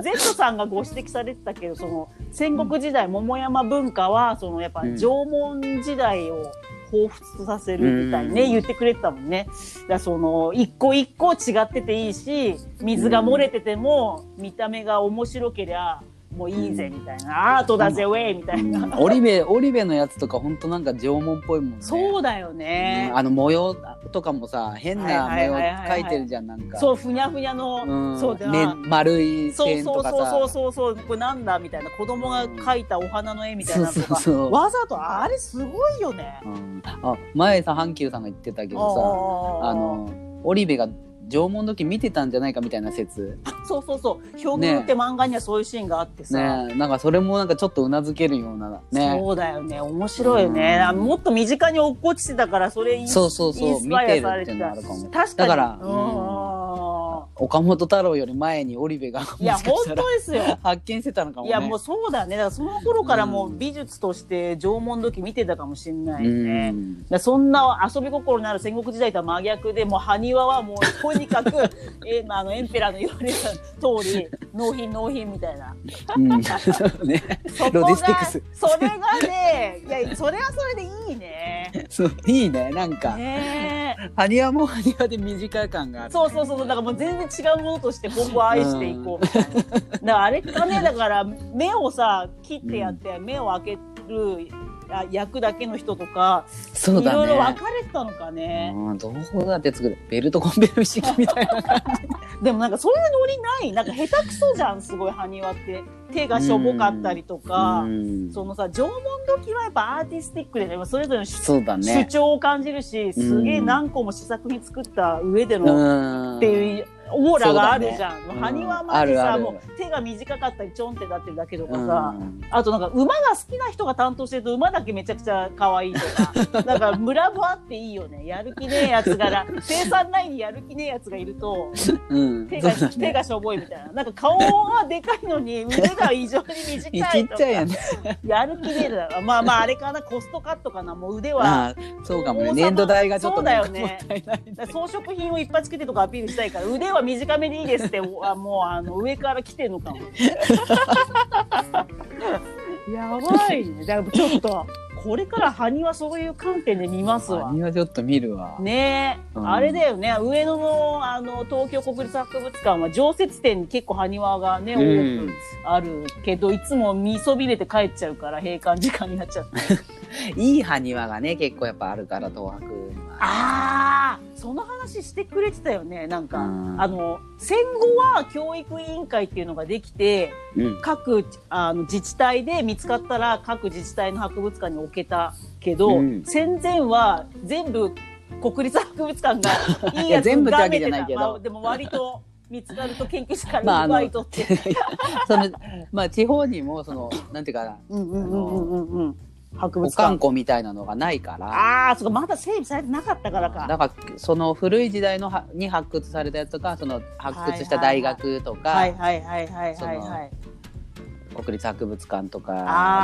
S1: Z さんがご指摘されてたけど、その、戦国時代、桃山文化は、その、やっぱ
S2: うん
S1: 縄文時代を彷彿とさせるみたいにね、
S2: うん
S1: 言ってくれてたもんね。だからその、一個一個違ってていいし、水が漏れてても、見た目が面白けりゃ、もういいぜ、みたいな、アートだぜ、ウェイ、みたいな。
S2: オリベ、オリベのやつとか、本当なんか縄文っぽいもんね。
S1: そうだよ
S2: ね
S1: ね。
S2: あの模様とかもさ、変な模様
S1: はいはいはいはいは
S2: 描
S1: い
S2: いてるじゃん、なんか。
S1: そう、ふにゃふにゃの、
S2: うん
S1: そうだな
S2: め丸い
S1: そう
S2: 線
S1: そ
S2: と
S1: う
S2: か
S1: そうそう
S2: さ。
S1: そうそうこれなんだみたいな子供が描いたお花の絵みたい
S2: そう
S1: なの
S2: そ
S1: と
S2: う
S1: か
S2: そう。
S1: わざとあれすごいよね。
S2: うんあ、前さ、阪急さんが言ってたけどさ、あ
S1: あ
S2: の、オリベが縄文時見てたんじゃないかみたいな説。
S1: そうそうそう「表現って漫画にはそういうシーンがあってさ、
S2: ね、なんかそれもなんかちょっとうなずけるようなね。
S1: そうだよね面白いよね、
S2: うん
S1: もっと身近に落っこちてたからそれいい
S2: そうそう
S1: イ
S2: そ
S1: ン
S2: う、
S1: ス
S2: 見
S1: パ
S2: て
S1: イア
S2: る
S1: され
S2: って
S1: て
S2: い
S1: た
S2: うのはあるかも。
S1: 確かに
S2: だから
S1: うん
S2: 岡本太郎より前にオリベが
S1: いや
S2: もしか
S1: 本
S2: したら
S1: 当ですよ。
S2: 発見してたのかも
S1: い
S2: ね。
S1: やもうそうだねだからその頃からもううん美術として縄文時見てたかもしれないうよね。
S2: ん
S1: だからそんな遊び心のある戦国時代とは真逆でもう埴輪はもうとにか くえあのエンペラーの言われた通り納品納品みたいな
S2: うん、 そうね。
S1: そこが
S2: ロジスティックス
S1: それがねいやそれはそれでいいね。
S2: そういいね、なんか。
S1: ねえ
S2: ハニワもハニワで短い感がある。
S1: そうそうそうだからもう全然違うものとして今後愛していこうみたいな。だからあれかねだから目をさ切ってやって目を開けるあ役だけの人とか、
S2: そう
S1: いろ
S2: だ
S1: いろ
S2: ね
S1: 分。かれてたのかね。
S2: うん、どうだって作るベルトコンベル式みたいな感
S1: でもなんかそういうノリないなんか下手くそじゃんすごい埴輪って手がしょぼかったりとか、
S2: じ。
S1: そのさ縄文時はやっぱアーティスティックで、ね、それぞれの主,、
S2: そうだ
S1: 主
S2: ね。
S1: 張を感じるしすげえ
S2: うん
S1: 何個も試作品作った上で
S2: う
S1: の、
S2: ん。
S1: っていうオーラがあるじゃん、
S2: そうだね
S1: 埴輪
S2: うん
S1: までさ
S2: あるある
S1: もう手が短かったりちょんってなってるだけとか
S2: う
S1: さ、
S2: ん。
S1: あとなんか馬が好きな人が担当してると馬だけめちゃくちゃ可愛いと かなんか村もあっていいよねやる気ねえやつがな生産ラインにやる気ねえやつがいると。
S2: うん。
S1: 手
S2: そう
S1: が,、
S2: だ
S1: 手
S2: ね。
S1: がしょぼいみたいな。なんか顔はでかいの に腕が異常に短
S2: ち
S1: いとか。
S2: っちゃいやね。
S1: やる気ねえだろ。まあまああれかなコストカットかな。もう腕は。
S2: ああ、そうかも
S1: 王
S2: ね。
S1: 様
S2: 年度代がちょっとね
S1: そうだよね
S2: もったいないね。
S1: だから装飾品をいっぱいつけてとかアピールしたいから腕は短めでいいです っておあもうあの上から来てるのかも。やばいね。だからちょっとこれから埴輪そういう観点で見ますわ
S2: ハ。ニワちょっと見るわ。
S1: ねえ、
S2: うん
S1: あれだよね上野のあの東京国立博物館は常設展に結構埴輪がね、
S2: うん
S1: 多くあるけどいつも見そびれて帰っちゃうから閉館時間になっちゃって
S2: いいハニワがね、結構やっぱあるから、東博には。
S1: ああその話してくれてたよねなんか、
S2: うん
S1: あの戦後は教育委員会っていうのができて
S2: うん。
S1: 各あの自治体で見つかったら各自治体の博物館に置けたけど、
S2: うん
S1: 戦前は全部国立博物館がいい
S2: いや
S1: やつ
S2: 全部ってわ
S1: がめ
S2: けじゃ
S1: て
S2: ない
S1: た
S2: けど
S1: まあでも割と見つかると研究者か
S2: まあ
S1: ら
S2: あの
S1: 奪い取って、
S2: その、まあ地方にも、その、なんていうかな、
S1: うんうんうんうんうんうん博
S2: お
S1: 物
S2: か
S1: 館
S2: んこみたいなのがないから。
S1: ああそうかまだ整備されてなかったからか
S2: だからその古い時代のはに発掘されたやつとかその発掘した大学とか、
S1: はいはいはいはいはいはい
S2: 国立博物館と
S1: あ
S2: か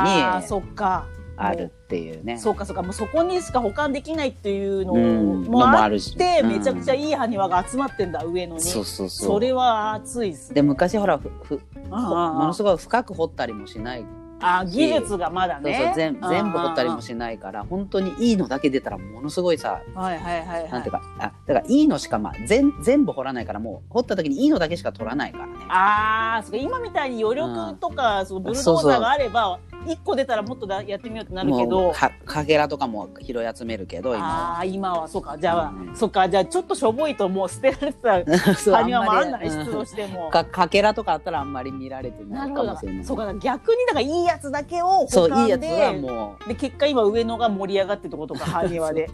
S1: あー
S2: に
S1: そっか
S2: あるっていうね。
S1: そうかそうかもうそこにしか保管できないっていうの
S2: うん
S1: もあっ
S2: るし
S1: でめちゃくちゃ
S2: い、
S1: いい埴輪が集まってんだ上野
S2: う
S1: に
S2: ん
S1: そ
S2: そうそうそう。
S1: れは熱いですね
S2: で昔ほらふふ
S1: あ
S2: ほ
S1: あ
S2: ものすごい深く掘ったりもしない、
S1: ああ技術がまだ
S2: そう
S1: ね
S2: そう全
S1: ああ
S2: 全部掘ったりもしないから本当にいいのだけ出たらものすごいさ
S1: はいはいはいは
S2: なんてい
S1: いう
S2: かあだからいいのしかまあ全全部掘らないからもう掘った時にいいのだけしか取らないからね。
S1: ああそうか今みたいに余力とか、そのブルド
S2: そう
S1: ー
S2: そう
S1: ザーがあれば一個出たらもっとだやってみようってなるけ
S2: もう
S1: ど
S2: かかけらとかも拾い集めるけど今は。
S1: ああ今はそうかじゃあ、
S2: うん
S1: そうかじゃあちょっとしょぼいともう捨てられてた
S2: そう
S1: 埴輪もあんな
S2: まり
S1: い出動しても。
S2: かかけらとかあったらあんまり見られて
S1: な
S2: ない
S1: る
S2: か
S1: ほ
S2: も
S1: ど
S2: しれない。
S1: そうか逆にだからいいやつだけを保
S2: そう
S1: 管
S2: いい
S1: で
S2: やつはも
S1: で結果今上野が盛り上がってるとことか埴輪 で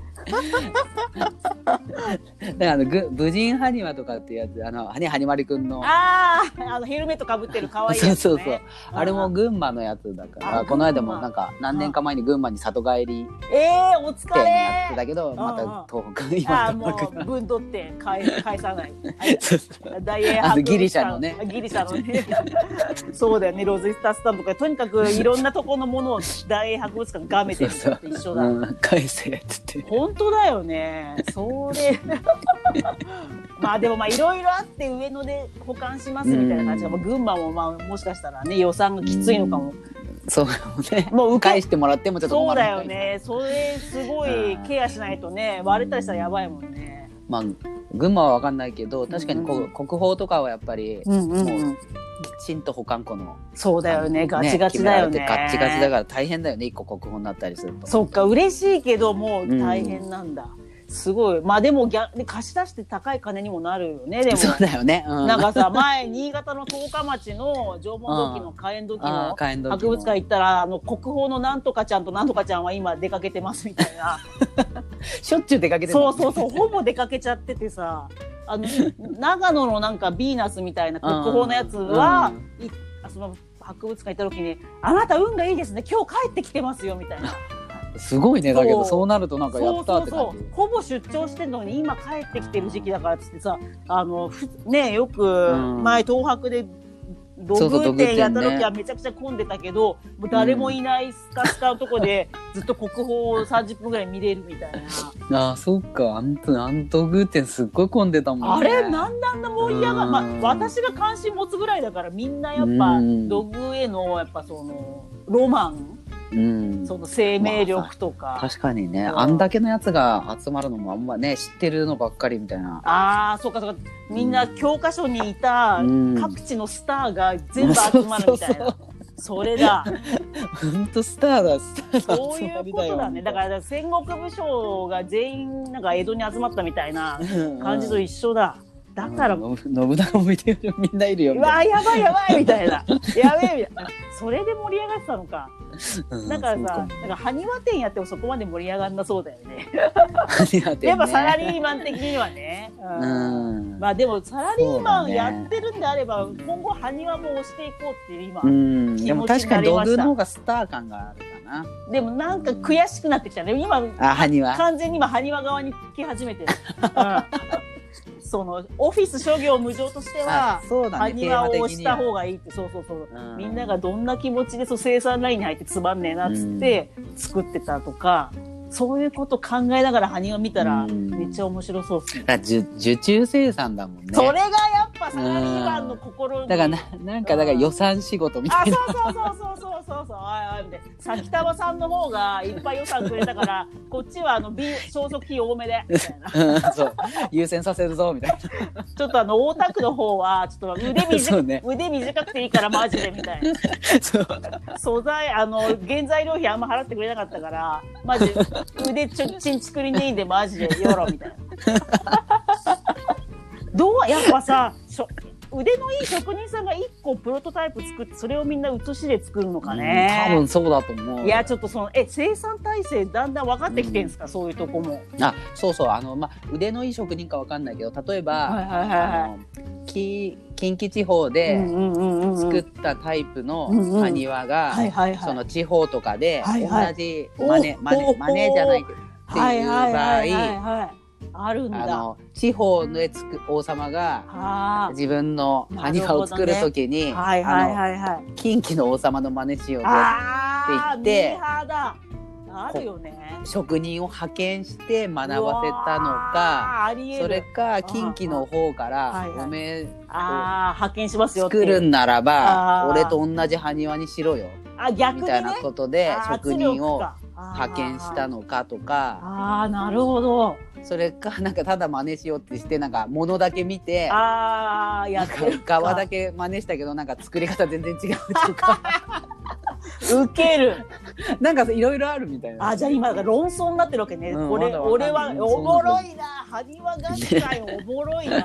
S2: うだからあのぐ無人ハニワとかっていうやつあのねハニマリくんの
S1: あああのヘルメットかぶってる可愛いやつ、
S2: そ
S1: ね、
S2: うそうそうあれも群馬のやつだからかこの間もなんか何年か前に群馬に里帰り
S1: えー、お疲
S2: 店やって
S1: れ
S2: たけどまた東北
S1: あ
S2: 今
S1: ーも
S2: 東北
S1: う分取って返返さない。
S2: そうそう
S1: ダイエー
S2: あのギリシャのね
S1: ギリシャのね。そうだよね、ロ ズイスタスタンプとか、とにかくいろんなとこのものを大英博物館がめてるのと一緒だ。
S2: うん返せっつって
S1: 本当だよね。それ。 まあでもまあいろいろあって上野で保管しますみたいな感じで、
S2: うん
S1: まあ群馬もまあもしかしたらね予算がきついのかも。
S2: そうかもね
S1: もう受け
S2: 返してもらってもちょっと
S1: そう
S2: 困
S1: だ
S2: るみた
S1: よ
S2: いな
S1: ね。それすごいケアしないとね、割れたりしたらやばいもんね。
S2: まあ群馬は分かんないけど確かにこ
S1: うん
S2: う国宝とかはやっぱり
S1: うんうんう
S2: も
S1: ん。
S2: きちんと保管庫の
S1: そうだよね。ガチガチだよね。
S2: 決められてガチガチだから大変だよね一個国宝になったりすると
S1: そっか嬉しいけどもう大変なんだ、すごいまあでも逆に貸し出して高い金にもなるよねでも
S2: そうだよねうん
S1: なんかさ前新潟の十日町の縄文土器の火炎土器
S2: あ
S1: の
S2: ー火炎土器の
S1: 博物館行ったらあの国宝のなんとかちゃんとなんとかちゃんは今出かけてますみたいな
S2: しょっちゅう出かけてる
S1: そ
S2: も
S1: うん
S2: ね
S1: そうそうほぼ出かけちゃっててさあの長野のなんかヴィーナスみたいな国宝のやつは、いその博物館行った時に「あなた運がいいですね今日帰ってきてますよ」みたいな。
S2: すごいねだけ
S1: そ
S2: ど
S1: う
S2: そうなるとなんかやったって
S1: そうそう
S2: 感じ
S1: そうほぼ出張してんのに今帰ってきてる時期だからっつってさあのふねよく
S2: ん
S1: 前東博で土
S2: そうそう
S1: 偶
S2: 土偶
S1: 展
S2: 展
S1: やった時
S2: ね
S1: はめちゃくちゃ混んでたけど、もう誰もいないスカスカのとこでずっと国宝を30分ぐらい見れるみたいな
S2: ああそっかアントアントグーテンすっごい混んでたもん
S1: あ
S2: ね
S1: れなんであんな盛り上が
S2: う
S1: る、
S2: ん
S1: まあ、私が関心持つぐらいだからみんなやっぱ
S2: うん
S1: 土偶へのやっぱそのロマン
S2: うん
S1: その生命力とか。
S2: 確かにね
S1: うん
S2: あんだけのやつが集まるのもあんまね知ってるのばっかりみたいな
S1: ああ、そうかそうか。みんな教科書にいた
S2: うん
S1: 各地のスターが全部集まるみたい な。
S2: そうそ
S1: それ だ。
S2: 本当スターだスターだ
S1: そういうことだね。だから戦国武将が全員なんか江戸に集まったみたいな感じと一緒だ。だから、う
S2: うん信長もいてるみんないるよみたい
S1: わーやばいやばいみたいな。やべえみたいな。それで盛り上がってたのか。
S2: なうん
S1: だから
S2: そう
S1: さ
S2: も、
S1: なんか埴輪店やってもそこまで盛り上がんなそうだよね。
S2: ありがてえね
S1: やっぱサラリーマン的にはね。
S2: う
S1: うん
S2: ん
S1: まあでもサラリーマン
S2: そうだね
S1: やってるんであれば、今後埴輪も押していこうっていう今、
S2: うんでも確かに
S1: 気持ちになり
S2: 土
S1: ました
S2: 偶の方がスター感があるかな
S1: でもなんか悔しくなってきたね今
S2: あ埴輪
S1: 完全に今埴輪側に来始めて る、うんそのオフィス諸行無常としては
S2: あそうだね
S1: 埴輪を押した方がいいってそうそうそう、
S2: うん
S1: みんながどんな気持ちでそう生産ラインに入ってつまんねえなっつって作ってたとか、そういうこと考えながら埴輪見たら
S2: うん
S1: めっちゃ面白そうっすね、
S2: だから受受注生産だもんね
S1: それがやっぱサラリーマンの心に、
S2: だからななんかだから予算仕事みた
S1: あ、
S2: い
S1: そうそうそうそうそうそうそう、あいおいみたいな。先玉さんの方がいっぱい予算くれた から、こっちはあの、ビ消息費多めで、みたいな。
S2: な、うん そう優先させるぞみたい
S1: ちょっとあの、大田区の方は、ちょっと腕
S2: そ
S1: 短,、
S2: うね
S1: 腕短くていいからマジで、みたいな。
S2: なそう
S1: 素材、あの、原材料費あんま払ってくれなかったから、マジ、腕ちょ、ちんちくりでいいんで、マジで、よろ、みたいな。どうやっぱさ、しょ腕のいい職人さんが一個プロトタイプ作って、それをみんな写しで作るのかね。
S2: うん多分そうだと思う
S1: いやちょっとそのえ生産体制だんだん分かってきてんですか、そういうとこも。
S2: あそうそうあの、まあ、腕のいい職人かわかんないけど例えば、
S1: はいはいはいはい
S2: あのき近畿地方で作
S1: 作
S2: ったタイプの
S1: うんうん
S2: 埴輪が、
S1: はいはいはい
S2: その地方とかで
S1: はいはい
S2: 同じマネ、
S1: お
S2: マ
S1: おお
S2: ネマネじゃないけどっていう場合、
S1: はいあるん
S2: あ
S1: だ。
S2: の地方でつく王様が
S1: あ
S2: 自分の埴輪を作る時
S1: ー
S2: に、
S1: はいはいはいはい。
S2: あの近畿の王様の真似しようと
S1: ああ
S2: って言って
S1: ミーハーだ。あるよね。
S2: 職人を派遣して
S1: う
S2: 学ばせたのか
S1: わー。ありえる。
S2: それか近畿の方か
S1: は
S2: ら
S1: いはい
S2: おめえ
S1: ああ派遣しますよっていう。
S2: 作るんならば
S1: あー
S2: 俺と同じ埴輪にしろよ
S1: あ逆
S2: み
S1: にね。
S2: たいなことで
S1: あー
S2: 職人
S1: 圧力
S2: を
S1: か
S2: 派遣した
S1: の。
S2: のかとか
S1: あーあーなるほど。
S2: それかなんかただ真似しようってしてなんか物だけ見て
S1: ああやってるか。
S2: 側だけ真似したけどなんか作り方全然違うとか
S1: 受ける。
S2: なんかいろいろあるみたいな。
S1: あじゃあ今だから論争になってるわけね。
S2: うん
S1: 俺
S2: まだわかん
S1: 俺
S2: ない
S1: は
S2: 論争
S1: おもろいな、埴輪学会おもろいな。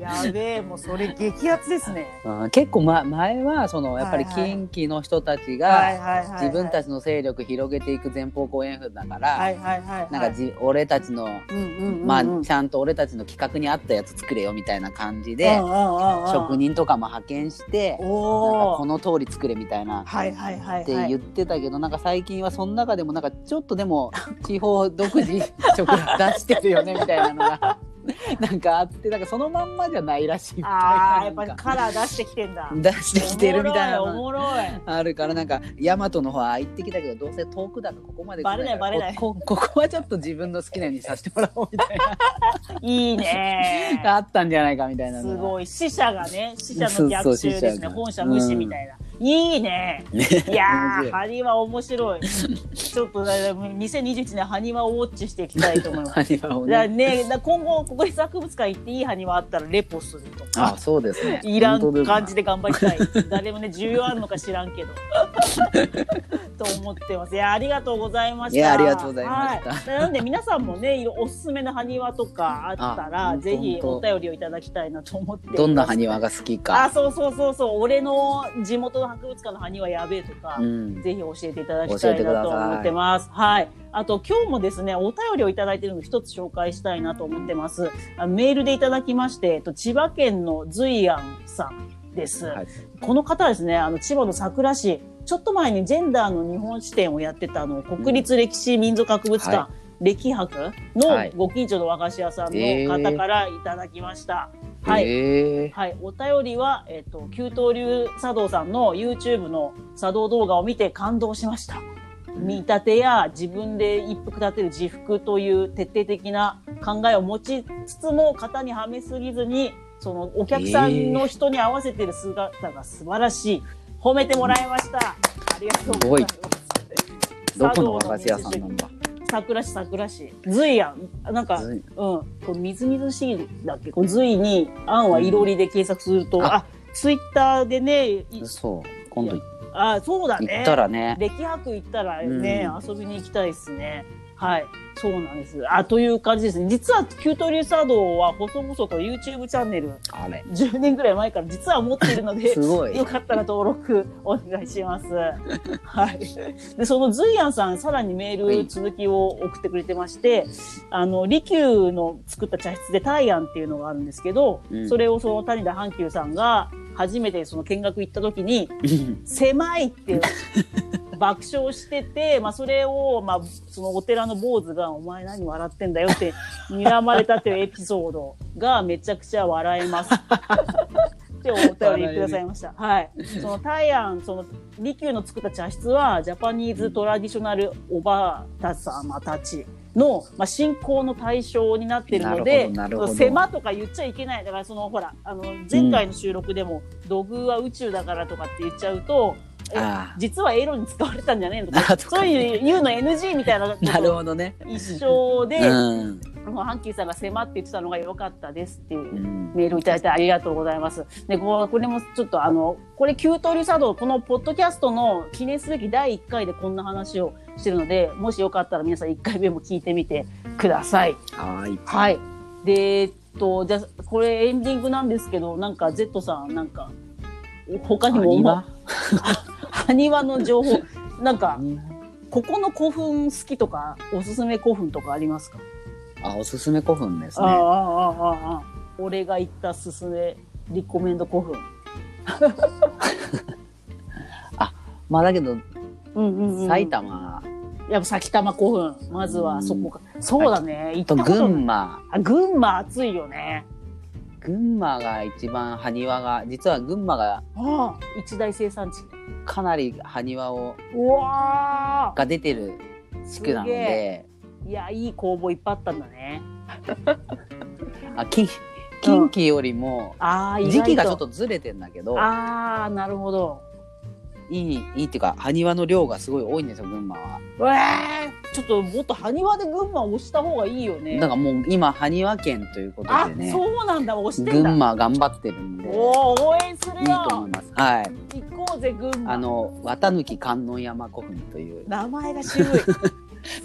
S1: やべえ、もうそれ激アツですね。
S2: うん、結構、ま、前はそのやっぱり
S1: はいはい
S2: 近畿の人たち
S1: はい
S2: が
S1: はいはいはい。
S2: 自分た
S1: ち。
S2: ちの勢力広げていく前方後円墳だから、
S1: はいはいはいはい。
S2: なんかじ俺たちの、
S1: うんうんうんうん。
S2: まあ、ちゃんと俺たちの企画に合ったやつ作れよみたいな感じ
S1: う
S2: で
S1: んうんうんうん
S2: 職。人とかも派遣してなんか
S1: お
S2: こ
S1: お。
S2: の通り作れみたいな
S1: はいはいはいはい。
S2: って言ってたけど、なんか最近はその中でもなんかちょっと でも地方独自色出してるよねみたいなのが なんかあってなんかそのまんまじゃないらしいみたいな
S1: ああ、やっぱり
S2: なんか
S1: カラー出してきてんだ。
S2: 出してきてるみたいな
S1: お
S2: のが
S1: もろい。おもろい。
S2: あるからなんか大和の方は行ってきたけどどうせ遠くだからここまで来から
S1: バレないバレない
S2: ここここはちょっと自分の好きなようにさせてもらおうみたい
S1: いいね
S2: な。 あったんじゃないかみたいな
S1: す
S2: のが
S1: ごい。死者がね、死者の逆襲で
S2: そうそう
S1: す
S2: 死
S1: ね。
S2: 者が
S1: 本社無視みたいな。いいね。
S2: ね
S1: いや
S2: 面白
S1: ー、
S2: い
S1: ハニワ面白い。ちょっとだいぶ2021年ハニワをウォッチしていきたいと思います。
S2: ハニワを
S1: じゃあ
S2: ね
S1: ね、だ今後国立博物館行っていいハニワあったらレポすると
S2: あ
S1: か。
S2: そうですね
S1: いら
S2: 本当
S1: ん
S2: ですね
S1: 感じで頑張りたい。誰もね、重要あるのか知らんけど。 と思ってます。いや、ありがとうございました。
S2: いやありがとうございました
S1: はいなので、皆さんもね、いろおすすめの埴輪とかあった
S2: あ
S1: ら、
S2: 本当
S1: ぜひお
S2: 本当
S1: 便りをいただきたいなと思っています。
S2: どんな埴輪が好き
S1: あ、
S2: か
S1: そうそうそうそう、俺の地元の博物館の埴輪やべえとか。
S2: うん
S1: ぜひ教えていただきたいなと思ってます。はい。あと今日もですね、お便りをいただいているので一つ紹介したいなと思ってます。あメールでいただきまして、えっと、千葉県のずいあんさんです。
S2: はい
S1: この方はですね、あの千葉の佐倉市、ちょっと前にジェンダーの日本支店をやってたあの国立歴史民俗博物館、
S2: は
S1: 歴博
S2: はい
S1: のご近所の和菓子屋さんの方からいただきました。はい。
S2: へえ
S1: はい、お便りは、えっと、九刀流茶道さんの YouTube の茶道動画を見て感動しました。見立てや自分で一服立てる自服という徹底的な考えを持ちつつも型にはめすぎずに、そのお客さんの人に合わせてる姿が素晴らしい。褒めてもらいました。ありがとうございます。
S2: どこの和菓子屋さんなんだ
S1: 桜市桜市。ずいやん。なんか、
S2: ずい
S1: うん、こうみずみずしいだっけこう随に「あんはいろり」で検索すると、
S2: うん
S1: あツイッターでねい
S2: そう今度行
S1: あそうだね
S2: ったらね
S1: 歴博行ったらね、
S2: う
S1: 遊びに行きたいですねはいそうなんですあという感じですね実はキュートリューサードは細々と YouTube チャンネル
S2: あれ
S1: 10年ぐらい前から実は持っているのです
S2: ごい
S1: よかったら登録お願いします。 はい。で、そのズイアンさん、さらにメール続きを送ってくれてまして、あの、利休の作った茶室でタイアンっていうのがあるんですけど、
S2: うん
S1: それをその谷田阪急さんが初めてその見学行った時に、狭いっていう爆笑してて、まあ、それを、まあ、そのお寺の坊主が「お前何笑ってんだよ」って睨まれたっていうエピソードがめちゃくちゃ笑え ます。ってお便りくださいました。はい。その大安、その利休の作った茶室は、ジャパニーズトラディショナルおばあた様たちの、まあ、信仰の対象になってるので、
S2: なるほどなるほど
S1: 狭まとか言っちゃいけないだからそのほらあの前回の収録でも「土偶は宇宙だから」とかって言っちゃうと、え
S2: ああ
S1: 実はエロに使われたんじゃねえのと
S2: あ
S1: か
S2: とか
S1: そういう言うの NG みたいなこと
S2: なるほどね
S1: 一緒で、
S2: うん
S1: もうハンキーさんが迫って言ってたのが良かったですっていうう。
S2: ん
S1: メールいただいてありがとうございます。で、こうこれもちょっとあの、これ、急騰流茶道、このポッドキャストの記念すべき第1回でこんな話をしてるので、もしよかったら皆さん1回目も聞いてみてください。
S2: はーい
S1: はい。で、えっと、じゃあ、これエンディングなんですけど、なんか Z さん、なんか、他にも、
S2: 埴輪
S1: 埴輪の情報、なんか、ここの古墳好きとか、おすすめ古墳とかありますか、
S2: あおすすめ古墳です
S1: ああ、あ
S2: ね
S1: あ、ああ、俺が言ったすすめ、リコメンド古墳。
S2: まあだけど
S1: うんうんうん、
S2: 埼玉
S1: やっぱ埼玉古墳まずはそこか、そうだね行った
S2: と
S1: ことない
S2: 群馬
S1: あ群馬暑いよね
S2: 群馬が一番埴輪が実は群馬が
S1: ああ一大生産地
S2: かなり埴輪を
S1: うわ
S2: が出てる地区なの
S1: すげ
S2: で
S1: ーいやいい工房いっぱいあったんだね
S2: あ近近畿よりも
S1: ああ意外
S2: 時期がちょっとずれてんだけど
S1: ああなるほど
S2: いいいいっていうか埴輪の量がすごい多いんですよ群馬は。
S1: ええちょっともっと埴輪で群馬押した方がいいよね
S2: だからもう今埴輪県ということ
S1: あ
S2: でね
S1: そうなんだ押してん
S2: 群
S1: だ
S2: 馬頑張ってるんでいいと
S1: おお応援する
S2: 思
S1: よ
S2: います。はい、
S1: 行こうぜ群馬
S2: あの綿貫観音山古墳という
S1: 名前が渋い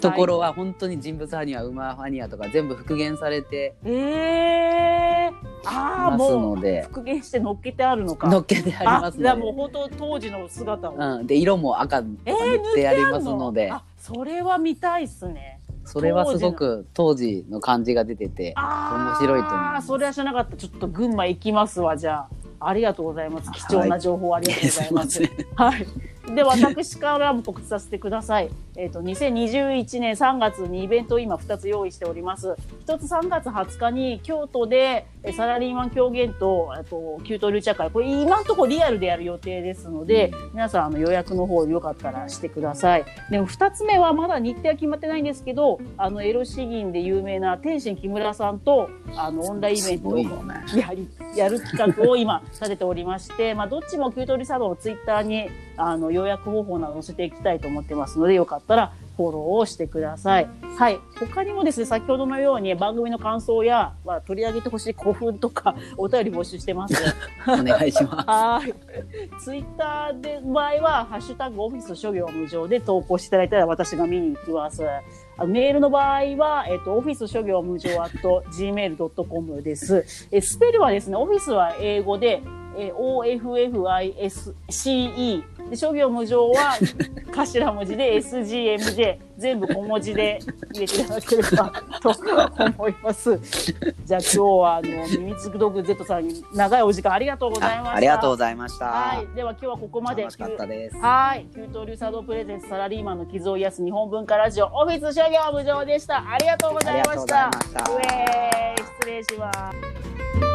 S2: ところは本当に人物埴輪馬埴輪とか全部復元されて
S1: ええああ、
S2: ます
S1: もう
S2: ので
S1: 復元して乗っけてあるのか。
S2: のっけてありま
S1: あ、
S2: す
S1: じゃあ
S2: の
S1: もう
S2: で
S1: 本当当時の姿を。
S2: うん、で色も赤とか
S1: え
S2: 塗
S1: ー
S2: ってありますので、
S1: あ、それは見たいっすね。
S2: それはすごく当時の感じが出てて
S1: ああ、
S2: 面白いと思い
S1: ああ、
S2: ます
S1: それは知らなかった。ちょっと群馬行きますわ、じゃあ。ありがとうございます。貴重な情報ありがとうございます。
S2: ん
S1: はい。で、私からも告知させてください。えっ、と、2021年3月にイベントを今2つ用意しております。1つ3月20日に京都でえサラリーマン狂言と、あと、給湯流茶会、これ今のところリアルでやる予定ですので、皆さんあの予約の方よかったらしてください。で、2つ目はまだ日程は決まってないんですけど、あの、エロ詩吟で有名な天心木村さんと、あの、オンラインイベン
S2: す
S1: ト
S2: ご
S1: を
S2: いよね
S1: やりやる企画を今立てておりまして、まあ、どっちもキュートリサドンのツイッターにあの要約方法など載せていきたいと思ってますのでよかったらフォローをしてください。はい。他にもですね、先ほどのように番組の感想や、まあ、取り上げてほしい古墳とかお便り募集してます。
S2: お願いしま
S1: はい。ツイッターで場合は、ハッシュタグオフィス諸行無常で投稿していただいたら私が見に行きます。あメールの場合は、えっと、オフィス諸行無常 at gmail.com です。え、スペルはですね、オフィスは英語で、えー OFFISCE。で、諸行無常 は頭文字で SGMJ。全部小文字で入れていただけれ ばと思います。じゃあ今日は、あの、ミミズクドッグ Z さんに長いお時間ありがとうご
S2: す
S1: ざいました。
S2: あありがとうございました、
S1: はい、では今日はここまで。
S2: 楽しかったです
S1: はい、給湯流茶道プレゼンツサラリーマンの傷を癒す日本文化ラジオオフィス諸行無常でした。ありがとうございました。
S2: ありがとう
S1: ウェ
S2: ございました
S1: ーイ失礼します。